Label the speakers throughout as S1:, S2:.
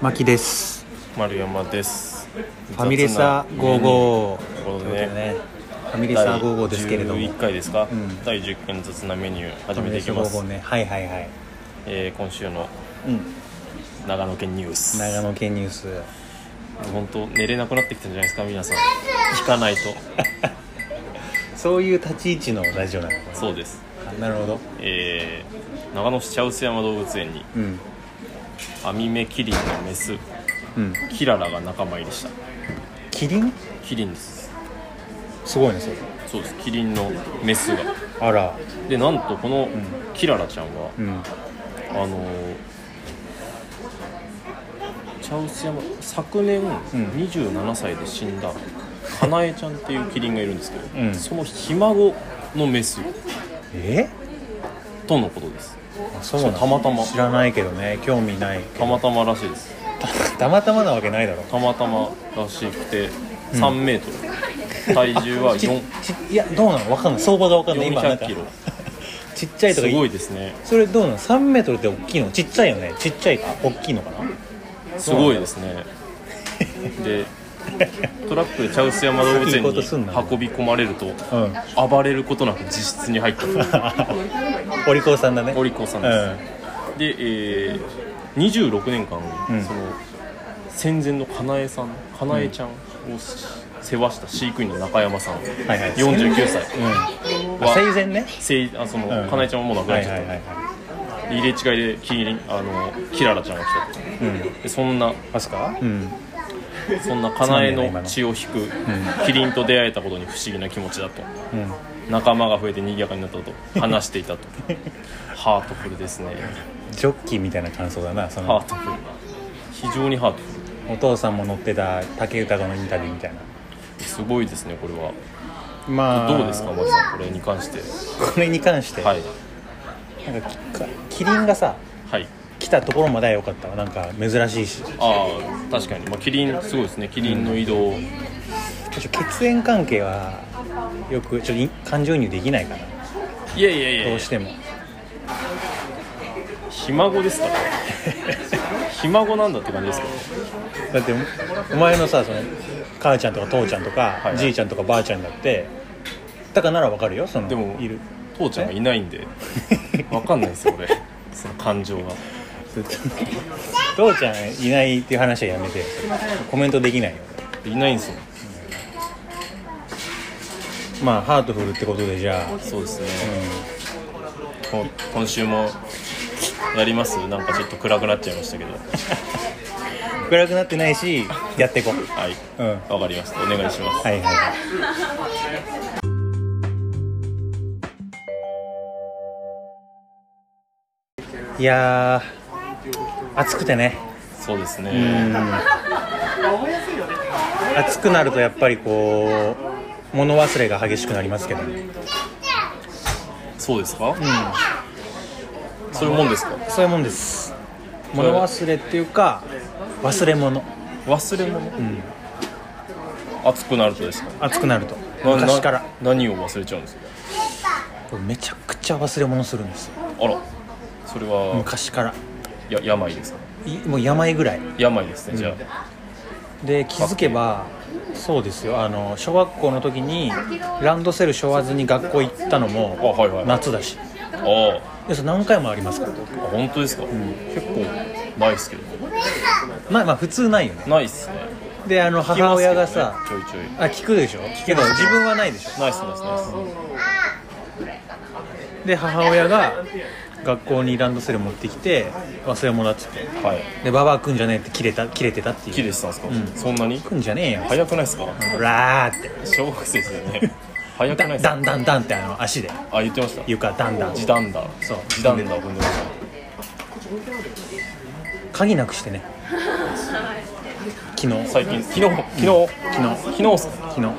S1: 牧です
S2: 丸山です
S1: ファミレサ
S2: 雑な
S1: 55
S2: という
S1: というこ
S2: ことでね
S1: とでねファミレサ
S2: 第
S1: 55ですけれども
S2: 11回ですか、
S1: ん
S2: 第10回の雑なメニュー
S1: フ
S2: 始
S1: ァミ
S2: めて
S1: レ
S2: い
S1: サ
S2: きます、
S1: 55ねはいはいはい
S2: えー今週の
S1: うん
S2: 長野県ニュース
S1: 長野県ニュース
S2: 本当寝れなくなってきたんじゃないですか皆さん聞かないと
S1: そういう立ち位置のラジオなのか
S2: そうです
S1: ななるほど
S2: えー長野市茶臼山動物園に
S1: うん
S2: アミメキリンのメス
S1: うん
S2: キララが仲間入りした
S1: キリン
S2: キリンです
S1: すごいねそれ
S2: そうですキリンのメスが
S1: あら
S2: でなんとこのキララちゃんは、
S1: うん
S2: あのー茶臼山昨年27歳で死んだかなえちゃんっていうキリンがいるんですけど、
S1: うん
S2: そのひ孫のメス
S1: え
S2: とのことです
S1: あそうなの
S2: そうたまたま
S1: 知らないけどね興味ないけど
S2: たまたまらしいです
S1: たまたまなわけないだろ
S2: たまたまらしくて3メートル、体重は
S1: ち
S2: 4
S1: ちいやどうなのわかんない相場がわかんない今なん
S2: 400
S1: か
S2: キロ
S1: ちっちゃいとか
S2: す
S1: 言う
S2: ごいですね
S1: それどうなの3メートルって大きいのちっちゃいよねちっちゃいか大きいのかな
S2: すごいですねでトラックで茶臼山動物園に
S1: いいことすんな
S2: 運び込まれると
S1: うん
S2: 暴れることなく実質に入った
S1: お利口さんだね
S2: お利口さんです、で、えー、26年間、
S1: うん
S2: その戦前のかなえさんかなえちゃんを世話した飼育員の中山さ
S1: う
S2: ん、
S1: ん、はいはい
S2: 49歳
S1: うんあ
S2: は
S1: 生前ね
S2: せいあその、
S1: うん
S2: かなえちゃんはもう亡くな
S1: は
S2: っ
S1: い
S2: ちゃ
S1: は
S2: っ
S1: い
S2: た、
S1: はいはい
S2: 入れ違いでキリンあのキララちゃんが来たと
S1: うん
S2: でそんな
S1: あすかうん
S2: そんなかなえ
S1: つまんねえな今
S2: の
S1: の
S2: 血を引く、キリンと出会えたことに不思議な気持ちだと
S1: うん
S2: 仲間が増えて賑やかになったと話していたと ハートフルですね
S1: ジョッキーみたいな感想だなそ
S2: ハ
S1: の
S2: ートフル非常にハートフル
S1: お父さんも乗ってた竹豊のインタビューみたいな
S2: すごいですねこれは
S1: ま
S2: どうですかマキさんこれに関して
S1: これに関して、
S2: はい
S1: なんかきキリンがさ
S2: はい
S1: 来たところまでは良かったわなんか珍しいし
S2: ああ確かに、まあ、キリンすごいですねキリンの移動、
S1: ちょ血縁関係はよくちょっとい感情移入できないかない
S2: やいやいや
S1: どうしても
S2: ひ孫です からひ孫なんだって感じですけど
S1: だってお前のさその母ちゃんとか父ちゃんとか、
S2: いはい
S1: じいちゃんとかばあちゃんだってだからならわかるよその
S2: でも
S1: いる
S2: 父ちゃんがいないんでわかんないですよ 俺その感情が
S1: 父ちゃんいないっていう話はやめてコメントできないよ
S2: いないんですよ
S1: まあハートフルってことでじゃあ、
S2: そうですね、こ今週もやりますなんかちょっと暗くなっちゃいましたけど
S1: うん、暗くなってないしやっていこう
S2: はい
S1: うんは
S2: わかりましたお願いします
S1: いはいはいいやー暑くてね
S2: そうですね、
S1: 暑くなるとやっぱりこう物忘れが激しくなりますけど
S2: そうですか、そういうもんですか
S1: そういうもんです
S2: そう
S1: 物忘れっていうか忘れ物
S2: 忘れ物、暑くなるとですか
S1: 暑くなると
S2: な
S1: 昔から
S2: な何を忘れちゃうんですか
S1: これめちゃくちゃ忘れ物するんですよ
S2: あらそれは
S1: 昔から
S2: や病ですか
S1: いもう病ぐらい
S2: 病ですねじゃ
S1: で気づけばそうですよあの小学校の時にランドセル背負わずに学校行ったの
S2: あ、あ
S1: も
S2: はいはいはい
S1: 夏だし
S2: あー
S1: でそれ何回もありますから
S2: あ本当ですか、結構ないっすけど
S1: まあまあ普通ないよね
S2: ないっすね
S1: であの
S2: 聞き
S1: 母
S2: ますけど
S1: 親
S2: ね
S1: がさ、
S2: ちょいちょい
S1: あ聞くでしょけど自分はないでしょ
S2: ナイスナイスナイス
S1: で母親が学校にランドセル持ってきて忘れ物だっつって
S2: はい
S1: でババア来んじゃねえって切れた切れてたって
S2: 綺
S1: いう
S2: 麗したんですか、そんなに
S1: 来んじゃねえよ
S2: 早くないっすか
S1: ほらーって
S2: 小学生ですよね早くないっす
S1: ダ
S2: か
S1: ンダンダンってあの足で
S2: あ言ってました
S1: 床ダンダン
S2: 時短だ
S1: そう
S2: 時短だ踏んでまし
S1: 鍵なくしてね昨
S2: た
S1: 日
S2: 最近昨日昨日、昨日昨日っすか
S1: 昨日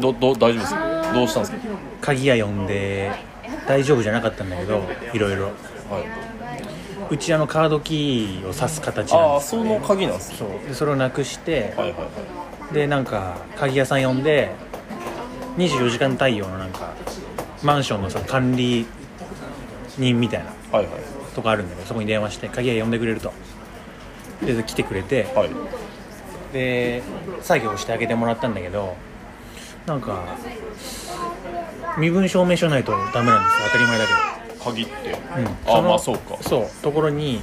S2: どど大丈夫ですかどうしたんですか
S1: 鍵屋呼んで大丈夫じゃなかったんだけどいろいろ
S2: はいう
S1: ちあのカードキーを刺す形なん
S2: ああ
S1: です
S2: その鍵なんですそう
S1: でそれをなくして
S2: はいはいはい
S1: でなんか鍵屋さん呼んで24時間対応のなんかマンションのさ管理人みたいな
S2: はいはい
S1: とこあるんだけどそこに電話して鍵屋呼んでくれるとで来てくれて
S2: はい
S1: で作業してあげてもらったんだけどなんか身分証明書ないとダメなんですよ当たり前だけど
S2: 鍵って、
S1: うん
S2: あ
S1: の
S2: まあそうか
S1: そうところに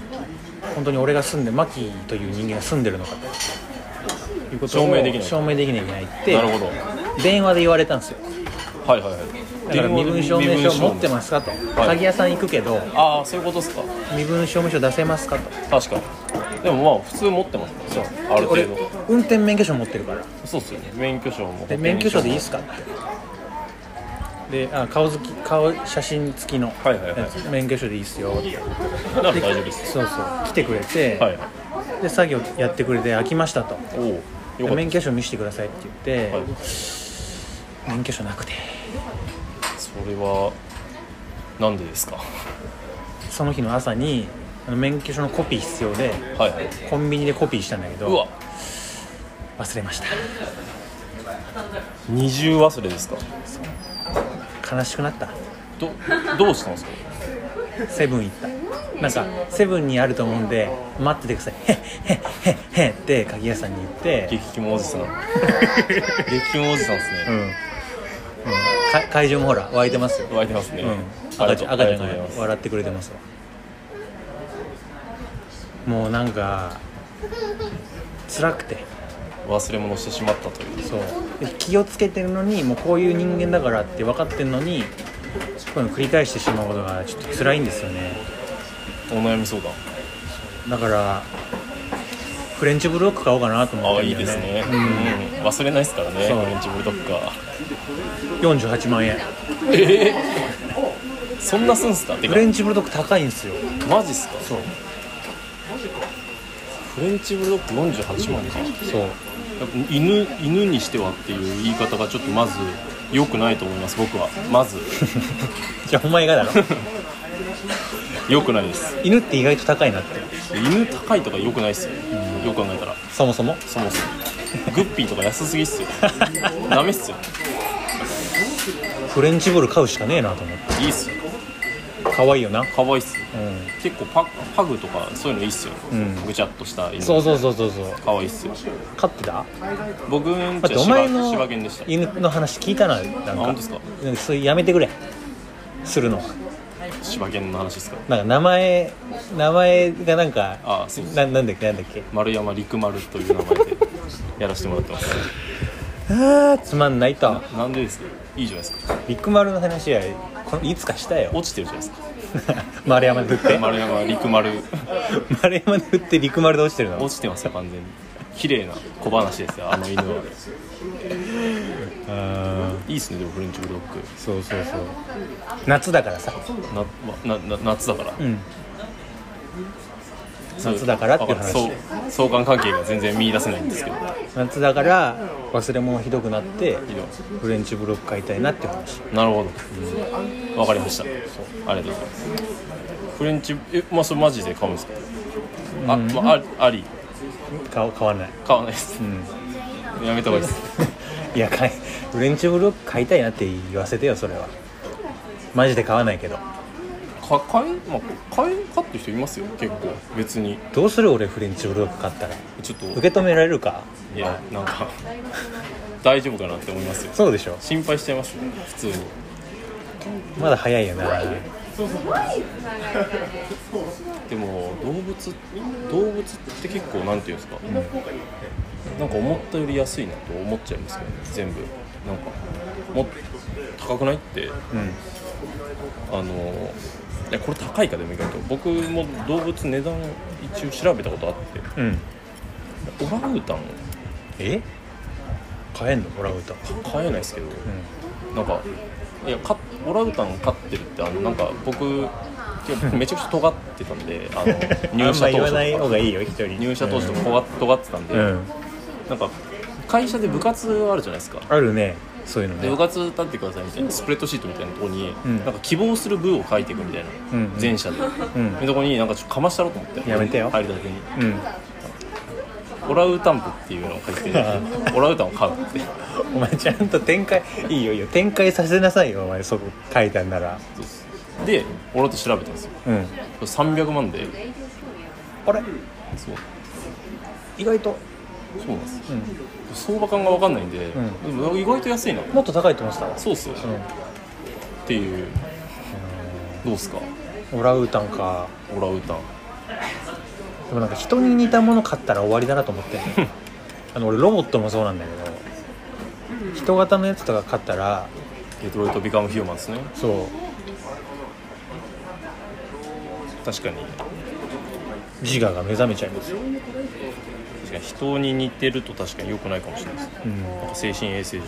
S1: 本当に俺が住んでマキという人間が住んでるのかということを
S2: 証明できない
S1: 証明できなきゃいけないって
S2: なるほど
S1: 電話で言われたんですよ
S2: はいはいは
S1: だ
S2: い
S1: から身分証明書持ってますすかと、鍵屋さん行くけど
S2: ああそういうことですか
S1: 身分証明書出せますかと
S2: 確かにでもまあ普通持ってますからねある程
S1: 俺
S2: 度
S1: 運転免許証持ってるから
S2: そうっすよね免許証も
S1: で免許証でいいっすかってであ顔付き顔写真付きの
S2: はいはいはい
S1: やつ免許証でいいっすよって
S2: なら大丈夫です
S1: そうそう来てくれて、
S2: はい
S1: で作業やってくれて飽きましたと
S2: おおよかった
S1: 免許証見せてくださいって言って、
S2: はい
S1: 免許証なくて
S2: それはなんでですか
S1: その日の朝にあの免許証のコピー必要で
S2: はいはい
S1: コンビニでコピーしたんだけ
S2: うわ
S1: ど忘れました
S2: 二重忘れですか
S1: 悲しくなった
S2: どどうしたんですか
S1: セブン行ったなんかセブンにあると思うんで待っててくださいへっへっへっへっって鍵屋さんに言って、
S2: 激キモお じさん激キモおじさんです
S1: うん
S2: ね、
S1: うん、か会場もほら湧いてますよ、
S2: 湧いてますね、
S1: うん、
S2: あり
S1: 赤
S2: がと
S1: ちゃん赤ち
S2: う
S1: ゃん
S2: あ
S1: が
S2: りがとうございます
S1: 笑ってくれてますわもうなんか辛くて
S2: 忘れ物してしまったという
S1: そうで気をつけてるのにもうこういう人間だからって分かってるのにこういうの繰り返してしまうことがちょっと辛いんですよね
S2: お悩み相談
S1: だからフレンチブロック買おうかなと思
S2: あ
S1: っ
S2: あ
S1: て
S2: いい
S1: るん
S2: です
S1: だよ
S2: ね
S1: ね、
S2: うん忘れないですからね
S1: そう
S2: フレンチブルドッグか
S1: うん、48万円
S2: ええそんなすんすかて
S1: フ
S2: か
S1: レンチブルドッグ高いんですよ
S2: マジっすか
S1: そう
S2: フレンチブルドッグ48万かやっ
S1: そう
S2: ぱ犬犬にしてはっていう言い方がちょっとまず良くないと思います僕は まず
S1: じゃあお前がだろ
S2: 良くないです
S1: 犬って意外と高いなって
S2: 犬高いとか良くないっすよ、よく考えたら
S1: そもそも
S2: そもそもグッピーとか安すぎ っすよダメっすよ
S1: フレンチブル買うしかねえなと思って
S2: いいっすよ
S1: 可愛いよな
S2: 可愛いっすよ
S1: うん
S2: 結構パパグとかそういうのいいっすよ、
S1: ん
S2: ぐちゃっとした犬
S1: そうそうそうそうそう
S2: 可愛いっすよ
S1: 飼ってた
S2: 僕
S1: 待
S2: んち
S1: って
S2: は
S1: お前
S2: 柴
S1: の
S2: 柴犬でした
S1: 犬の話聞いたななんか
S2: あ本当ですか
S1: なんかそれやめてくれするの
S2: 柴犬の話ですか
S1: なんか名前名前がなんか
S2: あすいませ
S1: な
S2: ん
S1: なんだっけなんだっけ
S2: 丸山陸丸という名前でやらせてもらってます
S1: ああつまんないと
S2: なんでですかいいじゃないですか
S1: ビッグマルの話はこのいつかしたよ
S2: 落ちてるじゃないですか
S1: 丸山で振って
S2: 丸山陸丸
S1: 丸山で振って陸丸で落ちてるの
S2: 落ちてますよ完全に綺麗な小話ですよあの犬は
S1: うん
S2: いいっすねでもフレンチブルドッグ
S1: そうそうそう夏だからさ
S2: なまなな夏だから、
S1: うん
S2: そう
S1: 夏だからっていう話
S2: そう相関関係が全然見出せないんですけど
S1: 夏だから忘れ物ひどくなって
S2: いいの
S1: フレンチブロック買いたいなって話
S2: なるほどわかりましたありがとうございますフレンチえまあそれマジで買うんですかあ、まあ、ああり
S1: 買う買わない
S2: 買わないです
S1: うん
S2: やめた方がいいです
S1: いや買いフレンチブロック買いたいなって言わせてよそれはマジで買わないけど
S2: か買えまあ買え買ってる人いますよ結構別に
S1: どうする俺フレンチブロック買ったら
S2: ちょっと
S1: 受け止められるか
S2: いやなんか大丈夫かなって思いますよ
S1: そうでしょ
S2: 心配しちゃいますよ普通に
S1: まだ早いよな
S2: でも動物動物って結構なんていうんですか、なんか思ったより安いなと思っちゃいますけどね全部なんかもっ高くないって
S1: うん
S2: あのいやこれ高いかでも意外と僕も動物値段一応調べたことあっ
S1: うん
S2: てオランウータン
S1: え買えんのオランウータン
S2: 買えないですけど、なんかいやかオランウータン飼ってるってあのなんか僕めちゃくちゃ尖ってたんであの入社
S1: あんま言
S2: 当
S1: わない方
S2: 初とか
S1: がいいよ一人
S2: 入社当初とか尖尖ってたんで、
S1: うん、うん
S2: なんか会社で部活あるじゃないですか
S1: あるねそういうの
S2: で部
S1: ね
S2: 活立ってくださいみたいなスプレッドシートみたいなとこに、
S1: うん
S2: なんか希望する部を書いていくみたいな、
S1: うんうん
S2: 全社で、
S1: うん
S2: でそこになんかちょっとかましたろうと思って
S1: やめてよ
S2: 入るだけに
S1: うん
S2: オラウータンプっていうのを書いててオラウータンを飼うって
S1: お前ちゃんと展開いいよいいよ展開させなさいよお前そこ書いたんなら
S2: で俺と調べたんですよ
S1: うん
S2: 300万で
S1: あれ
S2: そう
S1: 意外と、
S2: そうなんです
S1: うん、
S2: 相場感が分かんないんで、
S1: ん
S2: でもなんか意外と安いな
S1: もっと高いと思ってたわ
S2: そうっすよね、
S1: う
S2: っていうどうっすか
S1: んオランウータンか
S2: オランウータン
S1: でもなんか人に似たもの買ったら終わりだなと思ってんのあの俺ロボットもそうなんだけど人型のやつとか買ったら
S2: デトロイト・ビカム・ヒューマンですね
S1: そう
S2: 確かに
S1: 自我が目覚めちゃいますよ、
S2: 確かに人に似てると確かに良くないかもしれないですねなんか精神衛生上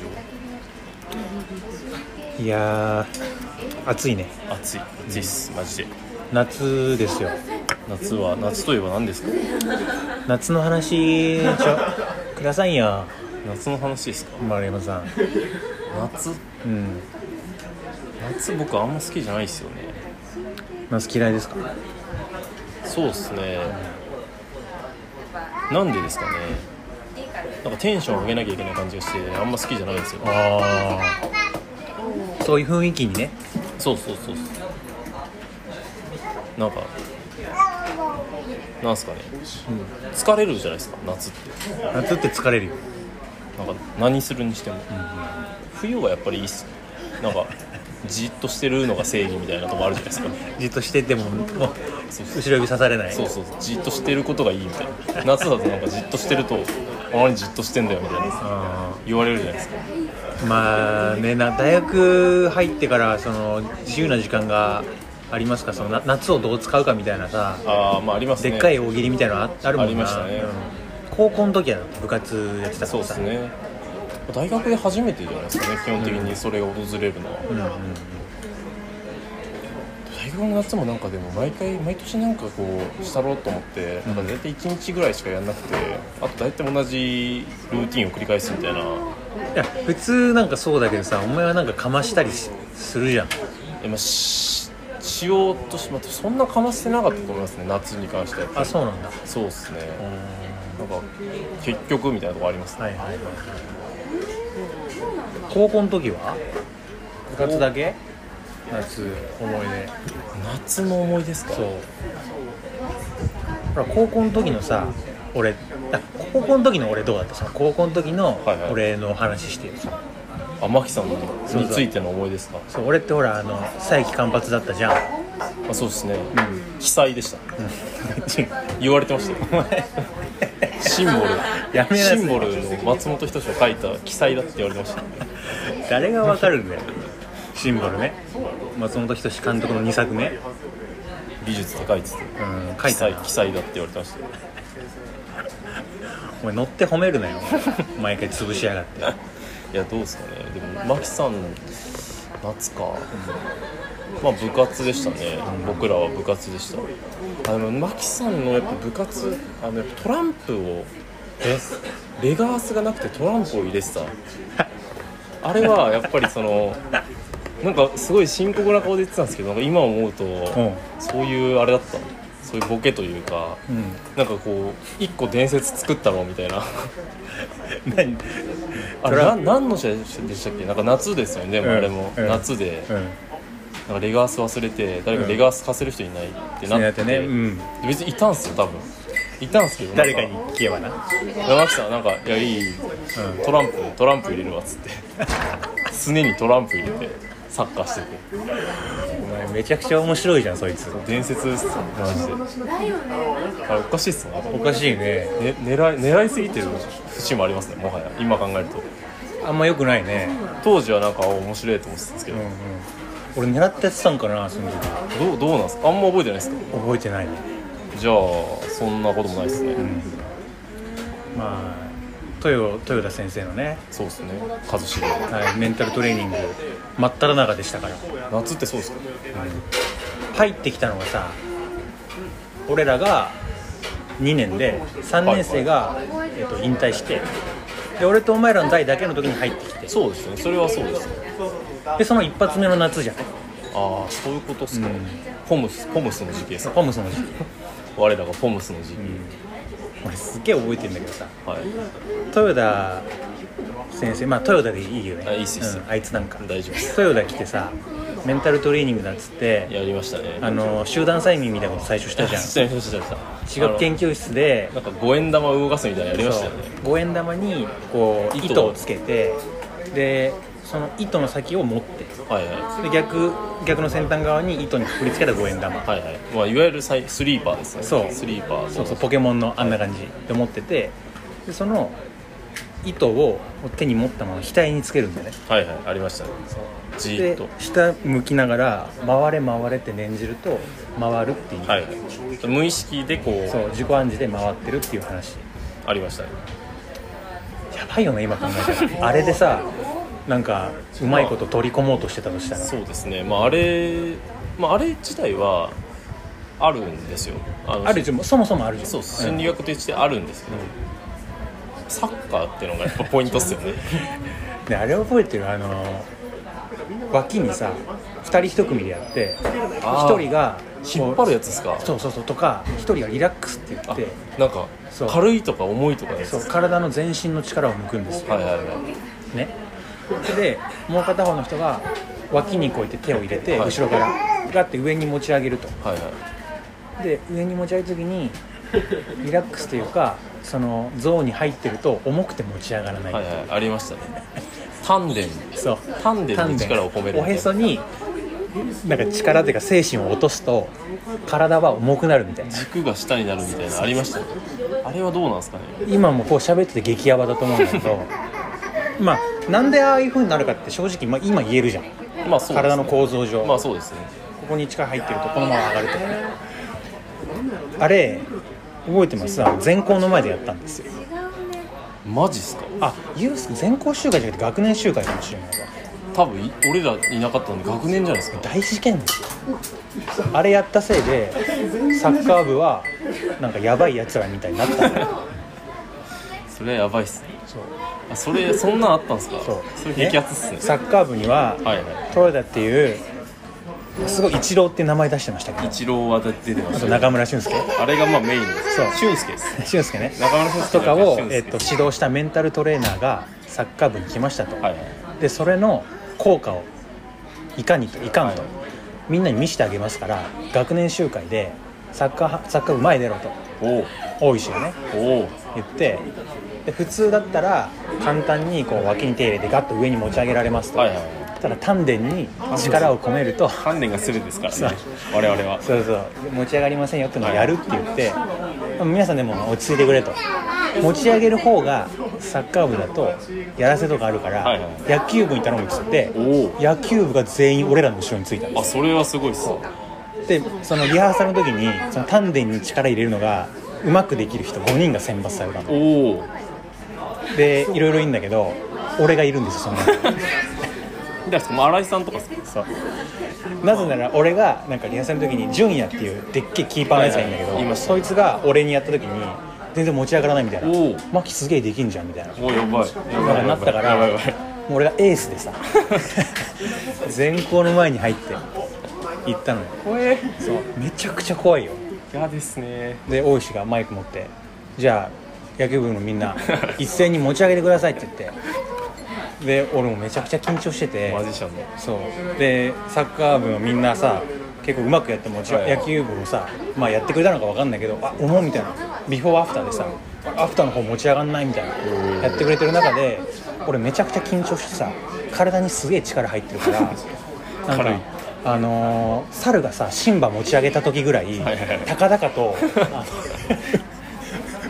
S1: いやー暑いね
S2: 暑い暑いっすマジで
S1: 夏ですよ
S2: 夏は夏といえば何ですか
S1: 夏の話ちょくださいよ
S2: 夏の話ですか
S1: 丸山さん
S2: 夏
S1: うん
S2: 夏僕あんま好きじゃないっすよね
S1: 夏嫌いですか
S2: そうっすねなんでですかねなんかテンション上げなきゃいけない感じがしてあんま好きじゃないんですよ
S1: ああそういう雰囲気にね
S2: そうそうそうそうなんかなんすかね、疲れるじゃないですか夏って
S1: 夏って疲れるよ
S2: なんか何するにしても、冬はやっぱりいいっすなんかじっとしてるのが正義みたいなとこあるじゃないですか
S1: じっとしててももう
S2: そうそう
S1: 後ろ指刺されない
S2: そうそうじっとしてることがいいみたいな夏だとなんかじっとしてるとあまりじっとしてんだよみたいな
S1: あ
S2: 言われるじゃないですか
S1: ーまあねな大学入ってからその自由な時間がありますからそのな夏をどう使うかみたいなさ
S2: ああまあありますね
S1: でっかい大喜利みたいなのああるもんな
S2: ありましたね
S1: うん高校の時は部活やってたか
S2: そう
S1: ら
S2: で
S1: さ
S2: すね大学で初めてじゃないですかね基本的にそれが訪れるのは、
S1: うんうんうん
S2: 大学の夏もなんかでも毎回毎年なんかこうしたろうと思ってなんか大体1日ぐらいしかやんなくてあと大体同じルーティンを繰り返すみたいない
S1: や普通なんかそうだけどさお前はなんかかましたりしするじゃん
S2: えまあししようとしまってそんなかましてなかったと思いますね夏に関しては
S1: あそうなんだ
S2: そうっすね
S1: うん
S2: なんか結局みたいなとこありますね
S1: はいはいはい高校の時は部活だけ夏思い出
S2: 夏の思い出ですか
S1: そうほら高校の時のさ俺あ高校の時の俺どうだったその高校の時の
S2: はいはい
S1: 俺の話してよさ、
S2: あマキさんに
S1: そう
S2: ついての思い出ですか
S1: そう俺ってほらあの佐伯間髪だったじゃん
S2: あそうですね、記載でした言われてました よシンボル
S1: やめなさ
S2: シ
S1: い
S2: ンボルの松本人志を書いた記載だって言われてました
S1: 誰がわかるんだよシンボルね松本人志監督の2作目、うん、
S2: 美術高いっつって
S1: 書
S2: 記
S1: いた
S2: 載
S1: な
S2: 記載だって言われてましたよ
S1: お前乗って褒める なよ毎回潰しやがって
S2: いやどうですかねでもマキさん夏か、まあ部活でしたね、僕らは部活でしたあのマキさんのやっぱ部活あのやっぱトランプをえレガースがなくてトランプを入れてたあれはやっぱりそのなんかすごい深刻な顔で言ってたんですけどなんか今思うと、
S1: うん
S2: そういうあれだったそういうボケというか、
S1: う
S2: なんかこう一個伝説作ったろみたいな
S1: 何
S2: あ
S1: ト
S2: れ
S1: ラ
S2: な
S1: ンプ
S2: 何の試合でしたっけなんか夏ですよねでも
S1: うん
S2: あれも、
S1: うん
S2: 夏で、
S1: うん
S2: なんかレガース忘れて誰かレガース貸せる人いないって
S1: そう
S2: な
S1: や
S2: っ
S1: って
S2: て,、
S1: ねうん
S2: 別にいたんすよ多分いたんすけど
S1: 誰かに聞けばな
S2: 山木さんなんか「いやいい、トランプトランプ入れるわ」っつってすねにトランプ入れてサッカーしてて
S1: お前めちゃくちゃ面白いじゃんそいつ
S2: 伝説ですよマジであれおかしいっすね
S1: おかしいね
S2: ね、狙い狙いすぎてる節もありますねもはや今考えると
S1: あんま良くないね
S2: 当時はなんか面白いと思ってたんですけど
S1: うん、うん俺狙ってやってたんかなその時
S2: どうどうなんですかあんま覚えてないですか
S1: 覚えてないね
S2: じゃあそんなこともないですね、
S1: まあ豊豊田先生のね、
S2: そうですね一茂
S1: はい、メンタルトレーニング真っ只中でしたから
S2: 夏ってそうですか
S1: 入ってきたのがさ俺らが2年で3年生が、えっと、引退してで俺とお前らの代だけの時に入ってきて
S2: そうですねそれはそうですね
S1: でその一発目の夏じゃん
S2: ああそういうことですか、ポムスポムスの時期ですか
S1: ホームスの時期
S2: 我らがポムスの時期、
S1: 俺すっげえ覚えてんだけどさ
S2: はい
S1: 豊田先生まあ豊田でいいよね
S2: あいいっすいいっす
S1: うんあいつなんか
S2: 大丈夫です
S1: 豊田来てさメンタルトレーニングだっつって
S2: やりましたね
S1: あの集団催眠みたいなこと最初したじゃん
S2: したしましたしました
S1: 地学研究室で
S2: なんか五円玉動かすみたいなのやりましたよね
S1: そう五円玉にこう
S2: 糸を
S1: 糸をつけてでその糸の先を持って
S2: はいは
S1: で逆逆の先端側に糸にくくりつけた五円玉、
S2: いはいはい、まあ、いわゆるサイスリーパーですね
S1: そう
S2: スリーパーと
S1: そうそうポケモンのあんな感じで持っててでその糸を手に持ったまま額につけるんだよね
S2: はいはいありましたねじーっ
S1: で
S2: と
S1: 下向きながら「回れ回れ」って念じると回るっていう、
S2: はいはい無意識でこう
S1: そう自己暗示で回ってるっていう話
S2: ありましたね
S1: やばいよね今考えたらあれでさなんかうまいこと取り込もうとしてたとしたら
S2: そうですねまああれ、まあ、あれ自体はあるんですよあの
S1: あるじゃんそもそもあるじゃん
S2: そう
S1: うん
S2: 心理学としてあるんですけど、サッカーっていうのがやっぱポイントっ すよね
S1: ねあれ覚えてるあの脇にさ2人1組でやって
S2: あー
S1: 1人がこう
S2: 引っ張るやつですか
S1: そうそうそうとか1人がリラックスって言っ
S2: あ
S1: て
S2: なんか
S1: そう
S2: 軽いとか重いとかです
S1: そう
S2: は
S1: 体の全身の力を抜くんですよ
S2: いはいはい
S1: ねでもう片方の人が脇にこうやって手を入れて
S2: はい
S1: 後ろからガッて上に持ち上げると
S2: はいはい
S1: で上に持ち上げる時にリラックスというかそのゾーンに入ってると重くて持ち上がらない、
S2: はいはいありましたね丹田に
S1: そう
S2: 丹田に力を込める
S1: おへそになんか力というか精神を落とすと体は重くなるみたいな
S2: 軸が下になるみたいなのありましたねあれはどうなんですかね
S1: 今もこう喋ってて激ヤバだと思うんだけ どまあなんでああいう風になるかって正直、まあ、今言えるじゃん
S2: まあそうですね
S1: 体の構造上、
S2: まあそうですね
S1: ここに力入ってるとこのまま上がるとあれ覚えてますあの全校の前でやったんですよ
S2: マジっすか
S1: あユース全校集会じゃなくて学年集会かもしれないわ
S2: 多分い俺らいなかったので学年じゃないですか
S1: 大事件ですよあれやったせいでサッカー部はなんかやばいやつらみたいになったんだよ
S2: それはやばいっすね
S1: そう
S2: あそれそんなんあったんですか
S1: そう
S2: れ激アツっすね
S1: サッカー部には
S2: はいはい
S1: トヨタっていうすごいイチローって名前出してましたけど
S2: 一郎は出てま
S1: あ
S2: し
S1: と
S2: たね
S1: 中村俊輔
S2: あれがまあメインです
S1: そう
S2: 俊介です
S1: 俊輔ね
S2: 中村俊輔
S1: とかを、
S2: 俊介
S1: えっと、指導したメンタルトレーナーがサッカー部に来ましたと、
S2: はいはい
S1: でそれの効果をいかにといかんと、
S2: はい
S1: みんなに見せてあげますから学年集会でサッカーサッカー部前に出ろと
S2: おう
S1: 多いしよね
S2: おう
S1: 言ってで普通だったら簡単にこう脇に手入れてガッと上に持ち上げられますと、
S2: はいはいはい
S1: ただ丹田に力を込めると
S2: 鍛錬が全てですからね
S1: そ
S2: 我々は
S1: そうそう持ち上がりませんよってのをやるって言って、皆さんでも落ち着いてくれと持ち上げる方がサッカー部だとやらせとかあるから、
S2: はいはい
S1: 野球部に頼むっつって
S2: お
S1: 野球部が全員俺らの後ろについたんで
S2: あそれはすごいっす
S1: すでそのリハーサルの時にその丹田に力入れるのがうまくできる人5人が選抜されたの
S2: おお
S1: でいろいろいいんだけど俺がいるんですよその中に
S2: だから新井さんとかっす
S1: そ
S2: か
S1: うなぜなら俺がなんかリハーサルの時に純也っていうでっけえキーパーのやつがいるんだけど、
S2: はいはいいました
S1: そいつが俺にやった時に全然持ち上がらないみたいな
S2: おう
S1: 「マキすげえできんじゃん」みたいな
S2: おうやばいやばい
S1: なったから
S2: やばい
S1: も
S2: や
S1: う
S2: ばい
S1: 俺がエースで さ全校の前に入って行ったのよ
S2: 怖え
S1: そうめちゃくちゃ怖いよ
S2: 嫌ですね
S1: で大石がマイク持って「じゃあ野球部のみん な一斉に持ち上げてください」って言ってで俺もめちゃくちゃ緊張してて
S2: マジシャンの
S1: そうでサッカー部のみんなさ結構うまくやって持ち、
S2: は
S1: 野
S2: い
S1: 球部をさ、まあ、やってくれたのか分かんないけどあ重いみたいなビフォーアフターでさアフターの方持ち上がんないみたいなやってくれてる中で俺めちゃくちゃ緊張してさ体にすげえ力入ってるからなん
S2: 軽い
S1: かあのー猿がさシンバ持ち上げた時ぐらい
S2: はいはいはい
S1: 高々 とあの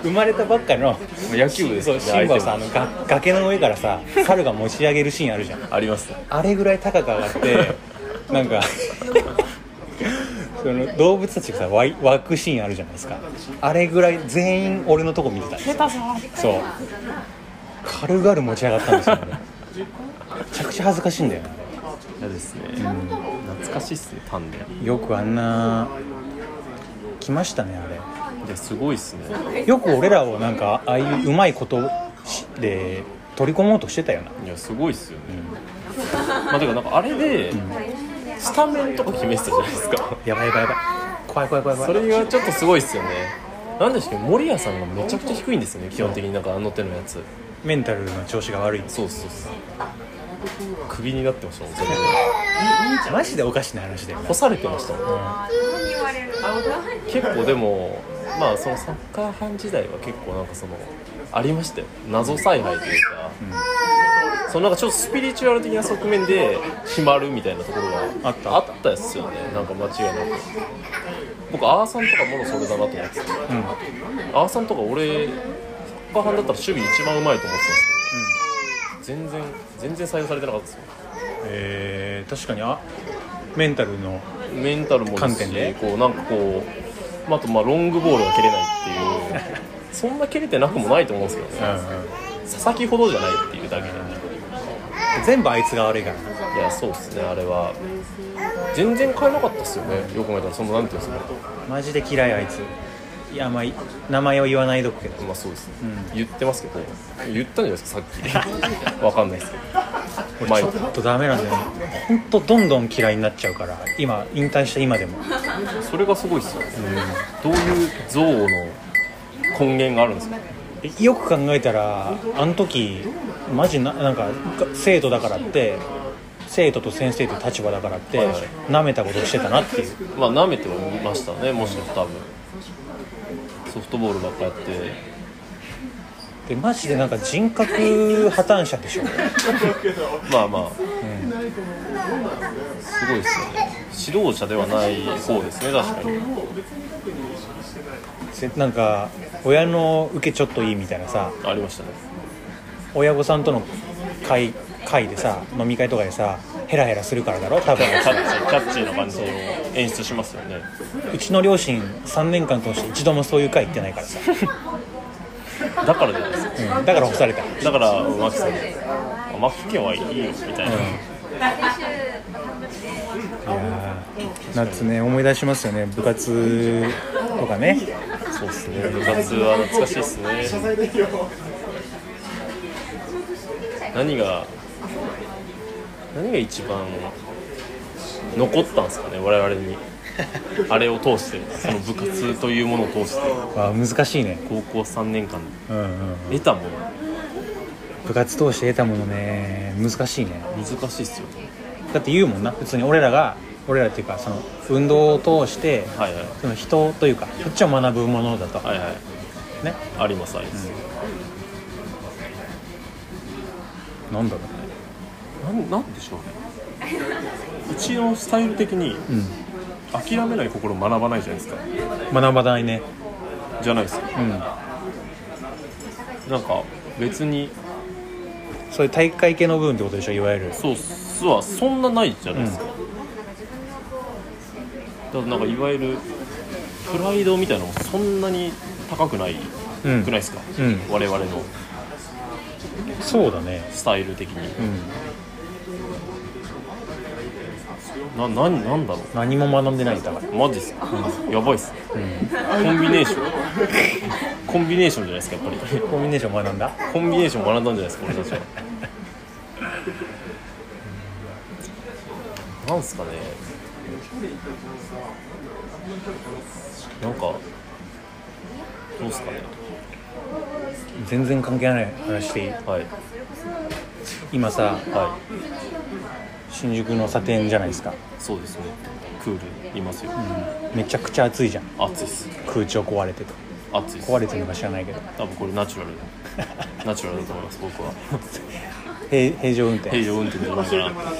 S1: 生まれたばっかの
S2: 野球部です
S1: そ
S2: か
S1: うシ
S2: ら
S1: ンバをさあ
S2: 相手
S1: の
S2: も
S1: が崖の上からさ猿が持ち上げるシーンあるじゃん
S2: ありますね
S1: あれぐらい高く上が ってなんかその動物たちがさ湧い湧くシーンあるじゃないですかあれぐらい全員俺のとこ見てたんですよそう軽々持ち上がったん ですよ俺めちゃくちゃ恥ずかしいんだよね
S2: 嫌ですね懐かしいっすね丹田
S1: よくあんな来ましたねあれ
S2: いやすごいっすね
S1: よく俺らをなんかああいううまいことしで取り込もうとしてたよない
S2: やすごいっすよねまあだからなんかあれでスタメンとか決めてたじゃないですか
S1: やばいやばいやばい怖い怖い怖い怖
S2: そ
S1: い
S2: れはちょっとすごいっすよねなんでしたっけ守屋さんがめちゃくちゃ低いんですよね基本的になんかあの手のやつ
S1: メンタルの調子が悪い
S2: そうそうそうクビになってましたもんそれで
S1: マジでおかしな話だよね
S2: 干されてましたもん
S3: あーどこに言われるの
S2: 結構でもまあそのサッカー班時代は結構なんかそのありましたよ謎采配というか、そのなんかちょっとスピリチュアル的な側面で決まるみたいなところ
S1: あ
S2: が
S1: った
S2: あったですよねなんか間違いなく僕アーさんとかもろそれだなと思ってた
S1: うん
S2: アーさんとか俺サッカー班だったら守備一番うまいと思ってたんですけど、全然全然採用されてなかったですよ
S1: えー確かにあメンタルの
S2: メンタルもです
S1: 観
S2: し
S1: 点で
S2: こうなんかこう、まあ、あとまあロングボールが蹴れないっていうそんな蹴れてなくもないと思うんですけど
S1: うん
S2: ね、
S1: うん
S2: 佐々木ほどじゃないっていうだけで、
S1: 全部あいつが悪いから
S2: いやそうですねあれは全然変えなかったっすよねよく考えたらそのなんていうんですか
S1: マジで嫌いあいついやまあい名前を言わないどこけど
S2: まあそうですね、言ってますけど言ったんじゃないですかさっきわかんないですけど前
S1: ちょっとダメなんだよね本当どんどん嫌いになっちゃうから今引退した今でも
S2: それがすごいっすよね、どういう憎悪の根源があるんですか
S1: よく考えたらあの時マジななんか生徒だからって生徒と先生という立場だからって
S2: はい
S1: なめたことしてたなっていう
S2: まあ、舐めてはみましたね、もしかしたら多分ソフトボールばっかやって、
S1: でマジでなんか人格破綻者でしょ
S2: まあまあ、すごいですよね、指導者ではない方ですね、確かに。
S1: せなんか親の受けちょっといいみたいなさ
S2: ありましたね、
S1: 親御さんとの会会でさ飲み会とかでさヘラヘラするからだろ多分
S2: キャッチーキャッチーな感じを演出しますよね、
S1: うちの両親3年間通して一度もそういう会行ってないからさ、
S2: だからじゃないですか、
S1: うん、だから干された
S2: だから、マキさん、あマキ家はいいよみたいな、
S1: いやー夏ね思い出しますよね部活とかね
S2: そうですね、部活は懐かしいですね。何が何が一番残ったんですかね、我々に。あれを通して、その部活というものを通して、
S1: わあ難しいね、
S2: 高校3年間
S1: うんうん、
S2: 得たもの、
S1: 部活通して得たものね難しいね
S2: 難しいっすよ。
S1: だって言うもんな普通に俺らが俺らっていうかその運動を通して
S2: はいはい。
S1: その人というかこっちを学ぶものだと
S2: はいはい。
S1: ね
S2: あります、あります。
S1: なんだろ
S2: なん、なんでしょうね。うちのスタイル的に、
S1: うね
S2: 諦めない心を学ばないじゃないですか。
S1: うん学ばないね
S2: じゃないですか。
S1: うん
S2: なんか、別に
S1: そういう大会系の部分ってことでしょいわゆる
S2: そうっすはそんなないじゃないですか、だからなんかいわゆるプライドみたいなのもそんなに高くない、
S1: うん
S2: くないですか、
S1: うん
S2: 我々の
S1: そうだね
S2: スタイル的に
S1: うん
S2: な何なんだろ
S1: 何も学んでないだから
S2: うマジっすか、やばいっす、コンビネーションコンビネーションじゃないですかやっぱり
S1: コンビネーション学んだ
S2: コンビネーション学んだんじゃないですか俺たちはなんすかねなんかどうっすかね
S1: 全然関係ない話していい
S2: はい
S1: 今さ
S2: はい
S1: 新宿のサテンじゃないですか
S2: そうですねクールいますよ、
S1: めちゃくちゃ暑いじゃん
S2: 暑いっす
S1: 空調壊れてて
S2: 暑いっす
S1: 壊れてるのか知らないけど
S2: 多分これナチュ ラルナチュラルだと思います僕は
S1: 平平常運
S2: 平
S1: 転
S2: 常運転じゃないかな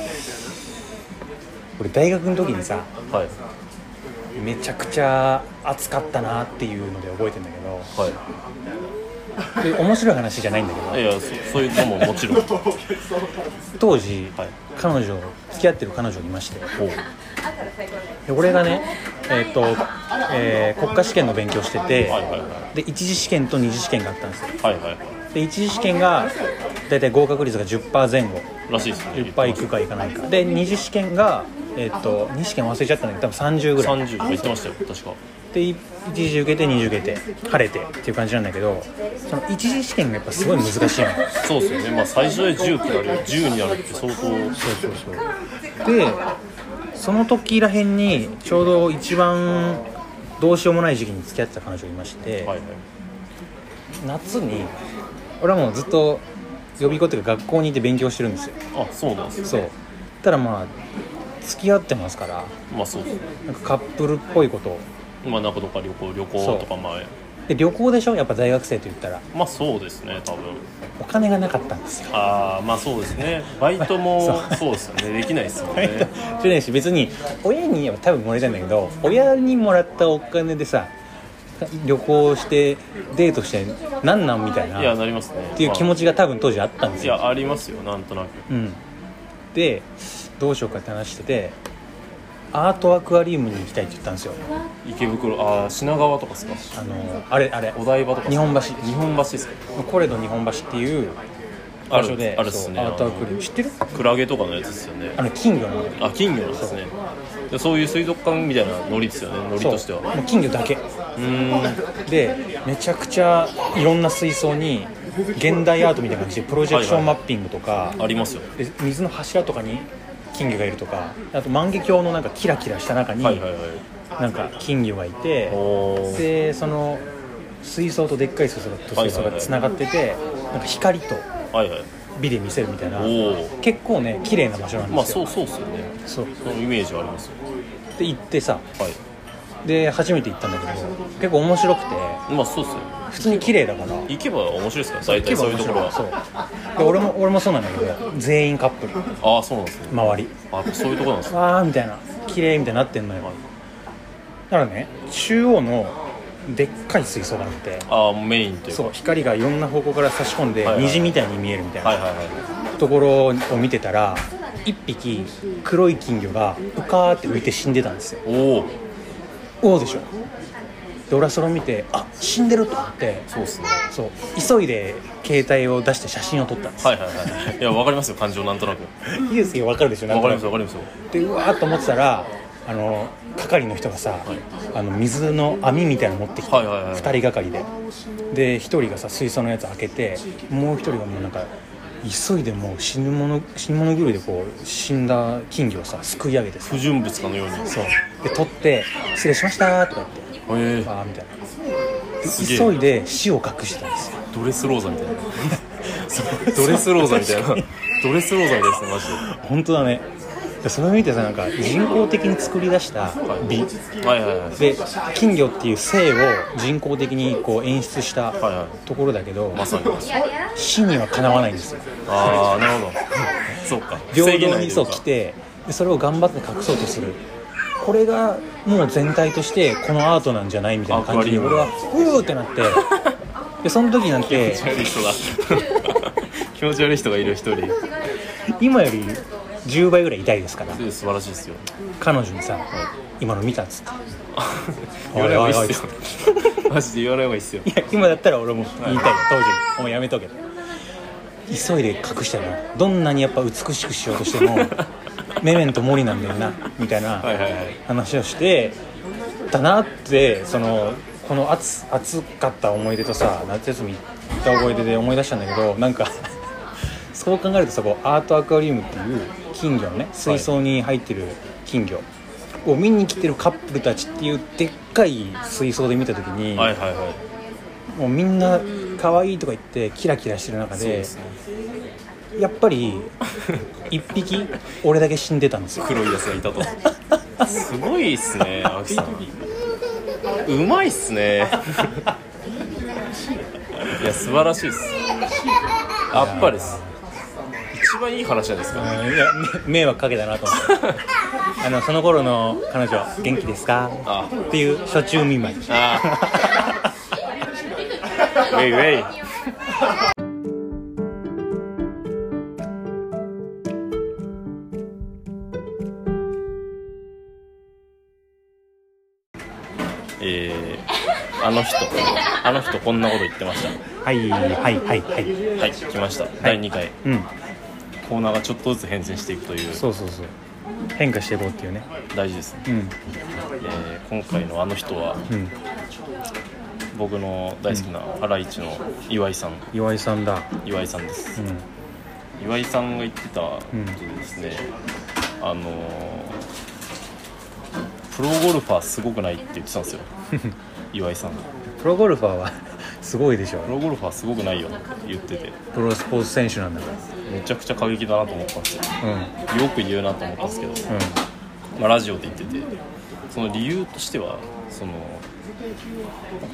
S1: 俺大学の時にさ
S2: はい
S1: めちゃくちゃ暑かったなっていうので覚えてんだけど
S2: は
S1: で面白い話じゃないんだけ
S2: いい
S1: ど
S2: やそそういうのももちろんは
S1: 当時
S2: い
S1: 彼女付き合ってる彼女いまして
S2: ほう
S1: で俺がねえっと、えー国家試験の勉強してて
S2: はいはいはい
S1: で一次試験と二次試験があったんですよ
S2: はいはいは
S1: で一次試験が大体合格率が10%前後
S2: いらしいっすね
S1: いっぱい行くか行かないかで二次試験がえっと二次試験忘れちゃったんだけど多分30ぐらい
S2: 30とか言ってましたよ確か
S1: でい一次受けて二次受けて晴れてっていう感じなんだけどその一次試験がやっぱすごい難しいの
S2: そうですよねまあ最初で10ってなるよ10になるって相当
S1: そうそうでその時らへんにちょうど一番どうしようもない時期に付き合ってた彼女がいまして、
S2: はいはい
S1: 夏に俺はもうずっと予備校っていうか学校にいて勉強してるんですよ
S2: あそうなんですね
S1: そうただまあ付き合ってますから
S2: まあそうですね
S1: なんかカップルっぽいことを
S2: まあなんかどっか旅行旅
S1: そ
S2: 行
S1: う
S2: とかまあ
S1: で旅行でしょやっぱ大学生と言ったら
S2: まあそうですね多分
S1: お金がなかったんですよ
S2: ああまあそうですねバイトもそうですよねできないです よね
S1: じゃないし別に親には多分もらえたんだけど親にもらったお金でさ旅行してデートしてなんなんみたいない
S2: やなりますね
S1: っていう気持
S2: ち、
S1: ちが多分当時あったんで
S2: まあ
S1: す
S2: い
S1: よ、
S2: やありますよなんとなく
S1: うん、でどうしようかって話しててアートアクアリウムに行きたいって言ったんですよ
S2: 池袋ああ品川とかですか
S1: あのあれあれ
S2: お台場とか
S1: 日本橋
S2: 日本橋ですか
S1: コレド日本橋っていう場所で
S2: あるっすね
S1: そうアートアクアリウム知ってる
S2: クラゲとかのやつですよね
S1: あの金魚の
S2: あ金魚なんですねでそういう水族館みたいなノリですよねノリ
S1: そう
S2: としては
S1: もう金魚だけ
S2: うーん
S1: でめちゃくちゃいろんな水槽に現代アートみたいな感じでプロジェクションマッピングとか、
S2: ありますよ
S1: で水の柱とかに金魚がいるとかあと万華鏡のなんかキラキラした中に
S2: はいはいはい
S1: なんか金魚がいて、
S2: おー
S1: でその水槽とでっかい水槽と水槽がつながってて、なんか光と
S2: はいはい
S1: 美で見せるみたいな
S2: おお
S1: 結構ね綺麗な場所なん
S2: まあ
S1: です
S2: そ
S1: よ、
S2: うそうっすよね
S1: そう
S2: そのイメージはありますよ
S1: で行ってさ
S2: はい
S1: で初めて行ったんだけど結構面白くて
S2: まあそうっすよ
S1: 普通に綺麗だから
S2: 行けば面白いですから大体そういうところは
S1: そうで俺も俺もそうなんだけど全員カップル
S2: ああそうなんですね
S1: 周り
S2: あやっぱそういうとこなんですね
S1: わーみたいな綺麗みたいになってんのよだからね中央のでっかい水槽があって
S2: ああメインというか
S1: そう光がいろんな方向から差し込んで
S2: はいはい
S1: 虹みたいに見えるみたい
S2: はい
S1: な
S2: はいは
S1: ところを見てたら一匹黒い金魚がぷかーって浮いて死んでたんですよ
S2: いおお
S1: おおでしょで俺はそれを見てあ死んでると思って
S2: そうっすね
S1: そう急いで携帯を出して写真を撮ったんです
S2: はいはいはいいやわかりますよ感情なんとなく
S1: いいですよわかるでしょなん
S2: わ
S1: と
S2: かり
S1: な
S2: ま
S1: く
S2: すわかりますよ
S1: でうわーっと思ってたらあの係の人がさ、あの水の網みたいなの持ってきて、
S2: はいはいはい
S1: 2人がかりでで1人がさ水槽のやつ開けてもう1人がもうなんか急いでもう死ぬもの死ぬもの狂いでこう死んだ金魚をさすくい上げてさ
S2: 不純物かのように
S1: そうで取って「失礼しました」とか言って
S2: へえ
S1: 「ああ」みたいな
S2: すげ
S1: で
S2: え
S1: 急いで死を隠してたんですよ
S2: ドレスローザみたいな ドレスローザみたいなドレスローザみたいですねマジ で
S1: 本当だねでそれを見てさなんか人工的に作り出した美
S2: はいはいはい
S1: で金魚っていう性を人工的にこう演出した
S2: はいはい
S1: ところだけど、
S2: まさに
S1: 死にはかなわないんですよ
S2: ああなるほどそうか
S1: 平
S2: 制限
S1: 等に
S2: 内とい
S1: そう
S2: うか
S1: 来てでそれを頑張って隠そうとするこれがもう全体としてこのアートなんじゃないみたいな感じに
S2: アクア
S1: 俺
S2: リウム
S1: はうーってなってでその時なんて
S2: 気持ち悪い人が 気持ち悪い人がいる一人
S1: 今より10倍ぐらい痛いですから
S2: で素晴らしいですよ
S1: 彼女にさ「今の見た」っつって
S2: 言わない方がいいっすよ
S1: おい
S2: マジで言わない方がいいっすよ
S1: いや今だったら俺も言いたいよ当時にもうやめとけと急いで隠したらどんなにやっぱ美しくしようとして もメメントモリなんだよなみたい
S2: はい
S1: な
S2: はいはい
S1: 話をしてだなってそのこの暑暑かった思い出とさ夏休み行った思い出で思い出したんだけどなんか そう考えるとさこうアートアクアリウムっていう金魚のね水槽に入ってる金魚を見に来てるカップルたちっていうでっかい水槽で見た時に、
S2: はいはいはい
S1: もうみんな可愛いとか言ってキラキラしてる中
S2: そうで
S1: です
S2: ね
S1: やっぱり一匹俺だけ死んでたんですよ
S2: 黒いやつがいたとすごいっすね青木さんうまいっすねいや素晴らしいっすあっぱれっす一番いい話じゃないです
S1: うん
S2: か
S1: いやめ迷惑かけたなと思って あのその頃の彼女は元気ですか
S2: あ
S1: っていう初中見舞い
S2: ああウェイウェイ えー、あの人あの人こんなこと言ってました
S1: はいはいはいはい
S2: はい来ました、第2回
S1: うん
S2: コーナーがちょっとずつ変遷していくという
S1: そうそうそう変化していこうっていうね
S2: 大事ですね、
S1: うん
S2: えー今回のあの人は
S1: うん
S2: 僕の大好きなハライチの岩井さん
S1: 岩井さんだ
S2: 岩井さんです
S1: うん
S2: 岩井さんが言ってたことでですね、あのープロゴルファーすごくないって言ってたんですよ岩井さんが
S1: プロゴルファーは すごいでし
S2: プ
S1: ょ
S2: ロゴルファーすごくないよって言ってて
S1: プロスポーツ選手なんだか
S2: めちゃくちゃ過激だなと思ったんですよ
S1: らうん
S2: よく言うなと思ったんですけど、
S1: うん
S2: まあ、ラジオで言っててその理由としてはその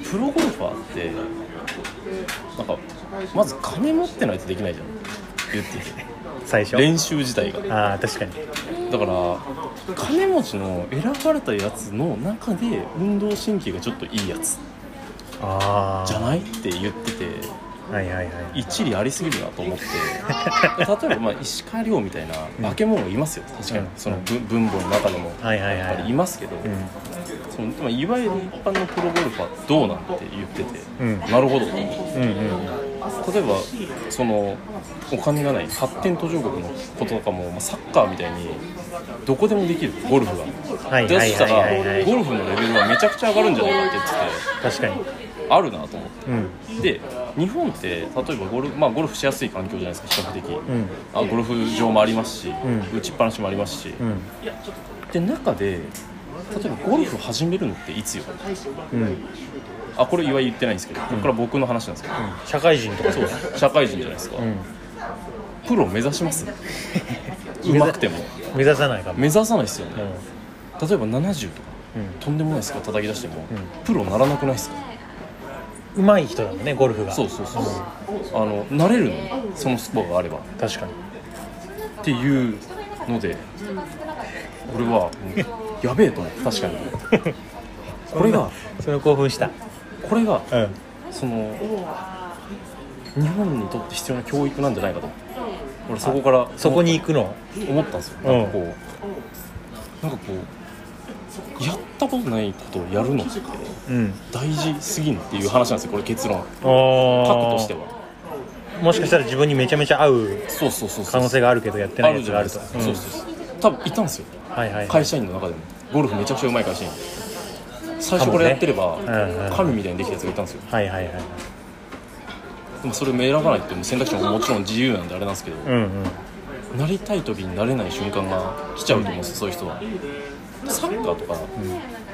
S2: プロゴルファーってなんかまず金持ってないとできないじゃん言ってて
S1: 最初
S2: 練習自体が
S1: ああ確かに
S2: だから金持ちの選ばれたやつの中で運動神経がちょっといいやつ
S1: ああ
S2: じゃないって言ってて
S1: はいはいはい
S2: 一理ありすぎるなと思って 例えばまあ石川遼みたいな化け物もいますよ確かに、
S1: うん
S2: その分分母の中でも
S1: はいはいはい
S2: やっぱりいますけど、そのまあいわゆる一般のプロゴルファーどうなんて言ってて、
S1: うん
S2: なるほどと思って
S1: うんうん
S2: 例えばそのお金がない発展途上国のこととかも、まあ、サッカーみたいにどこでもできるゴルフが。
S1: はい
S2: で
S1: はい
S2: した
S1: はい
S2: ら
S1: はいはい
S2: ゴルフのレベルはめちゃくちゃ上がるんじゃないかって言って
S1: 確かに
S2: てあるなと思って。
S1: うん
S2: で日本って例えばゴル,、まあ、ゴルフしやすい環境じゃないですか比較的、
S1: ん
S2: あゴルフ場もありますし、
S1: ん
S2: 打ちっぱなしもありますし、
S1: うん
S2: で中で例えばゴルフ始めるのっていつよ
S1: うん
S2: あこれ岩井言ってないんですけどこれから僕の話なんですけど、
S1: 社会人とか
S2: そう社会人じゃないですか、
S1: ん
S2: プロ目指します うまくても
S1: 目指さないかも
S2: 目指さないですよ
S1: う
S2: ね、
S1: ん
S2: 例えば70とかとんでもないスコア叩き出しても、プロならなくないですか
S1: うまい人だもんねゴルフが
S2: そうそうそう、あの慣れるのそのスコアがあれば
S1: 確かに
S2: っていうので俺はもうやべえと思って確かにこれが
S1: それを興奮した
S2: これが
S1: うん
S2: その日本にとって必要な教育なんじゃないかと俺そこから
S1: そこに行くの
S2: 思ったんですよ
S1: うん
S2: なんかこうなんかこうやったことないことをやるのって
S1: うん
S2: 大事すぎんっていう話なんですよこれ結論
S1: ああ
S2: 核としては
S1: もしかしたら自分にめちゃめちゃ合う
S2: そうそうそうそう
S1: 可能性があるけどやってな
S2: あ
S1: い
S2: る
S1: やつ
S2: じゃ
S1: が
S2: な
S1: あると
S2: いですかそうそうそう多分いたんですよ
S1: うんはいはいはい
S2: 会社員の中でもゴルフめちゃくちゃうまい会社員最初これやってれ
S1: か
S2: ば
S1: もねうんうん
S2: 神みたいにできたやつがいたんですよ
S1: はいはいはい
S2: でもそれも選ばないってもう選択肢ももちろん自由なんであれなんですけど
S1: うんうん
S2: なりたい時になれない瞬間が来ちゃうと思うんですそういう人はサッカーとか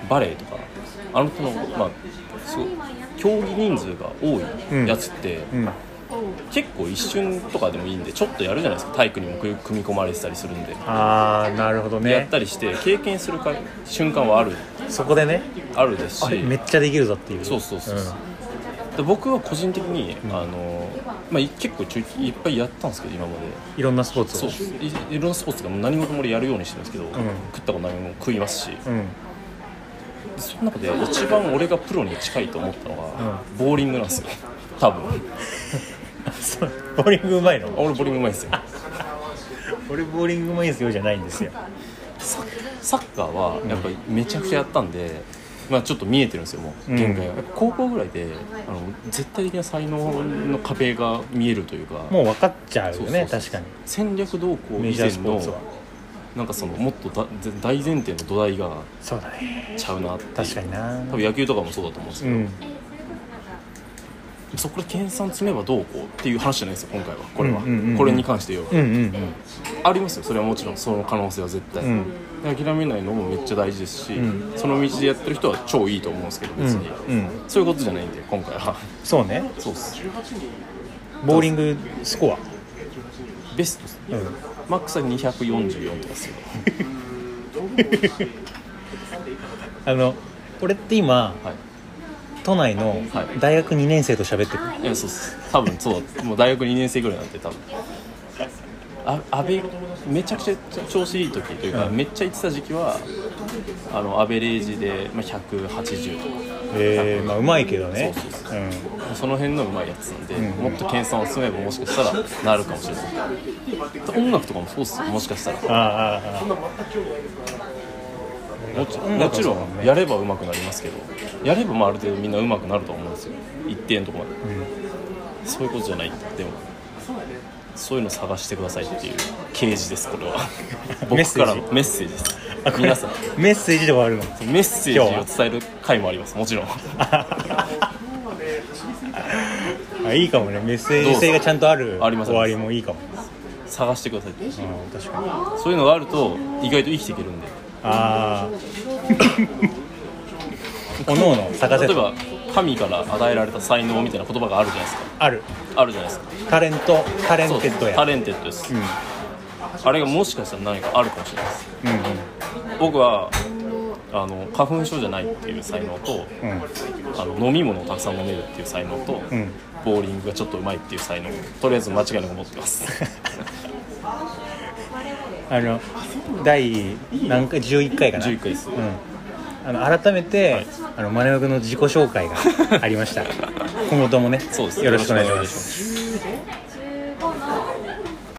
S2: バレーとかあの人のまあそう競技人数が多いやつって
S1: うん
S2: 結構一瞬とかでもいいんでちょっとやるじゃないですか体育にも組み込まれてたりするんで
S1: ああなるほど
S2: やっ
S1: ね
S2: たりして経験するか瞬間はある
S1: そこでね
S2: あるですし
S1: あれめっちゃできるぞっていう
S2: そうそうそうそう、で僕は個人的に、あのまあ、い結構ちょいいっぱいやったんですけど今まで
S1: んいろんなスポーツ
S2: そ
S1: を
S2: ういいろんなスポーツがもう何事も俺やるようにしてるんですけど、食ったことないものも食いますしで
S1: うん
S2: その中で一番俺がプロに近いと思ったのが、ボーリングなんですよ多分
S1: そうボーリングうまいの
S2: 俺ボーリングうまいんですよ
S1: 俺ボーリングうまいんすよじゃないんですよ
S2: サッカーはやっぱりめちゃくちゃやったんで、まあ、ちょっと見えてるんですよもう限界が、やっぱ高校ぐらいであの絶対的な才能の壁が見えるというか
S1: もう分かっちゃうよね
S2: そうそう
S1: 確
S2: そ
S1: か
S2: う
S1: に
S2: 戦略動向
S1: メ
S2: 以
S1: ジャー
S2: 前
S1: スポーツは
S2: のなんかそのもっとだぜ大前提の土台が
S1: そうだね
S2: ちゃうなっていう
S1: 確かにな
S2: 多分野球とかもそうだと思うんです
S1: う
S2: けど、
S1: ん
S2: そこで研鑽詰めばどうこうっていう話じゃないですよ今回はこれは、
S1: うんうんうんうん
S2: これに関して言えば
S1: うんうん
S2: ありますよそれはもちろんその可能性は絶対、
S1: ん
S2: で諦めないのもめっちゃ大事ですし、
S1: う
S2: その道でやってる人は超いいと思うんですけど別に、
S1: うんうん
S2: そういうことじゃないんで今回は
S1: そうね
S2: そうっす
S1: ボーリングスコア
S2: ベストっす
S1: うん
S2: マックスは244とかですよ
S1: あの俺って今
S2: はい
S1: 都内の
S2: はい
S1: 大学2年生と喋ってる
S2: いやそうっす多分そうだもう大学2年生ぐらいなんて多分あ安倍めちゃくちゃ調子いい時というか、めっちゃ行ってた時期はあのアベレージで、まあ、180とか
S1: えー、まあうまいけどね
S2: そうそう
S1: うん
S2: その辺のうまいやつなんで、もっと研鑽を進めばもしかしたらなるかもしれない音楽とかもそうっすもしかしたら
S1: あああああ
S2: もち
S1: 音楽
S2: もちろ
S1: そうだ
S2: ん
S1: ね
S2: やればうまくなりますけどやればまあある程度みんなうまくなると思うんですよ一定のとこまで、そういうことじゃないでもそういうの探してくださいっていう啓示ですこれは
S1: メッ
S2: 僕
S1: セー
S2: か
S1: ジ
S2: らのメッセージです
S1: あこれ
S2: 皆さん
S1: メッセージで終わるの
S2: メッセージを伝える回もありますもちろん
S1: あいいかもねメッセージ性がちゃんとある
S2: あります
S1: 終わりもいいかも、
S2: 探してくださいって
S1: うん、確かに
S2: そういうのがあると意外と生きていけるんで
S1: ああ おのおの探せ
S2: 例え
S1: と
S2: ば神から与えられた才能みたいな言葉があるじゃないです
S1: ある
S2: かあるじゃないですか
S1: タレントタレン
S2: そう
S1: テッドや
S2: タレンテッドです、あれがもしかしたら何かあるかもしれないです
S1: うんうん
S2: 僕はあの花粉症じゃないっていう才能と
S1: うん
S2: あの飲み物をたくさん飲めるっていう才能と、
S1: うん
S2: ボーリングがちょっとうまいっていう才能とりあえず間違いなく持ってます
S1: あの第何回11回かな
S2: 11回です、
S1: うん、あの改めて、
S2: はい
S1: あのマネオく の自己紹介がありました今後ともね
S2: そうです
S1: よろしくお願いします
S2: す